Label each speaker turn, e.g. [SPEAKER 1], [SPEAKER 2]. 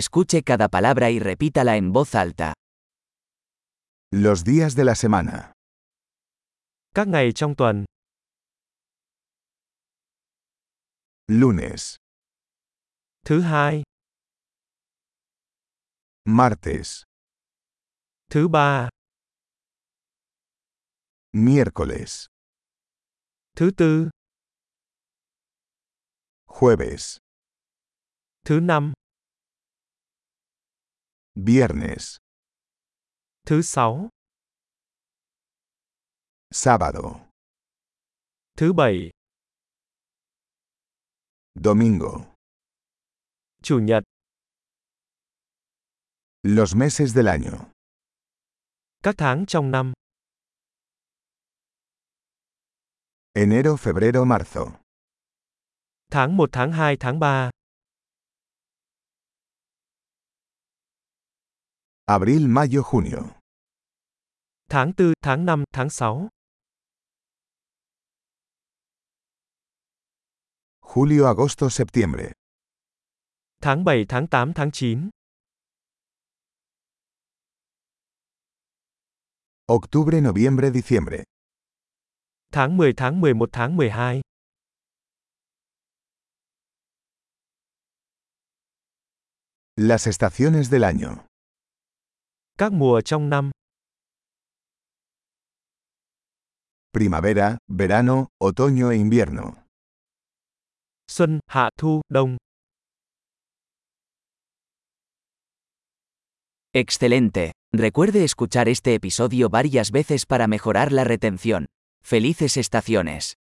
[SPEAKER 1] Escuche cada palabra y repítala en voz alta.
[SPEAKER 2] Los días de la semana.
[SPEAKER 3] Các ngày trong tuần,
[SPEAKER 2] Lunes,
[SPEAKER 3] thứ hai,
[SPEAKER 2] martes,
[SPEAKER 3] thứ ba,
[SPEAKER 2] miércoles,
[SPEAKER 3] thứ tư,
[SPEAKER 2] jueves,
[SPEAKER 3] thứ năm,
[SPEAKER 2] viernes,
[SPEAKER 3] thứ sáu,
[SPEAKER 2] sábado,
[SPEAKER 3] thứ bảy,
[SPEAKER 2] domingo.
[SPEAKER 3] chủ nhật,
[SPEAKER 2] Los meses del año.
[SPEAKER 3] các tháng trong năm,
[SPEAKER 2] Enero, febrero, marzo.
[SPEAKER 3] tháng 1 tháng 2 tháng 3,
[SPEAKER 2] Abril, mayo, junio.
[SPEAKER 3] tháng 4, tháng 5, tháng 6,
[SPEAKER 2] Julio, agosto, septiembre.
[SPEAKER 3] tháng 7 tháng 8 tháng 9,
[SPEAKER 2] Octubre, noviembre, diciembre.
[SPEAKER 3] tháng 10 tháng 11 tháng 12,
[SPEAKER 2] Las estaciones del año.
[SPEAKER 3] các mùa trong năm,
[SPEAKER 2] Primavera, verano, otoño e invierno.
[SPEAKER 3] xuân, hạ, thu, đông.
[SPEAKER 1] Excelente. Recuerde escuchar este episodio varias veces para mejorar la retención. Felices estaciones.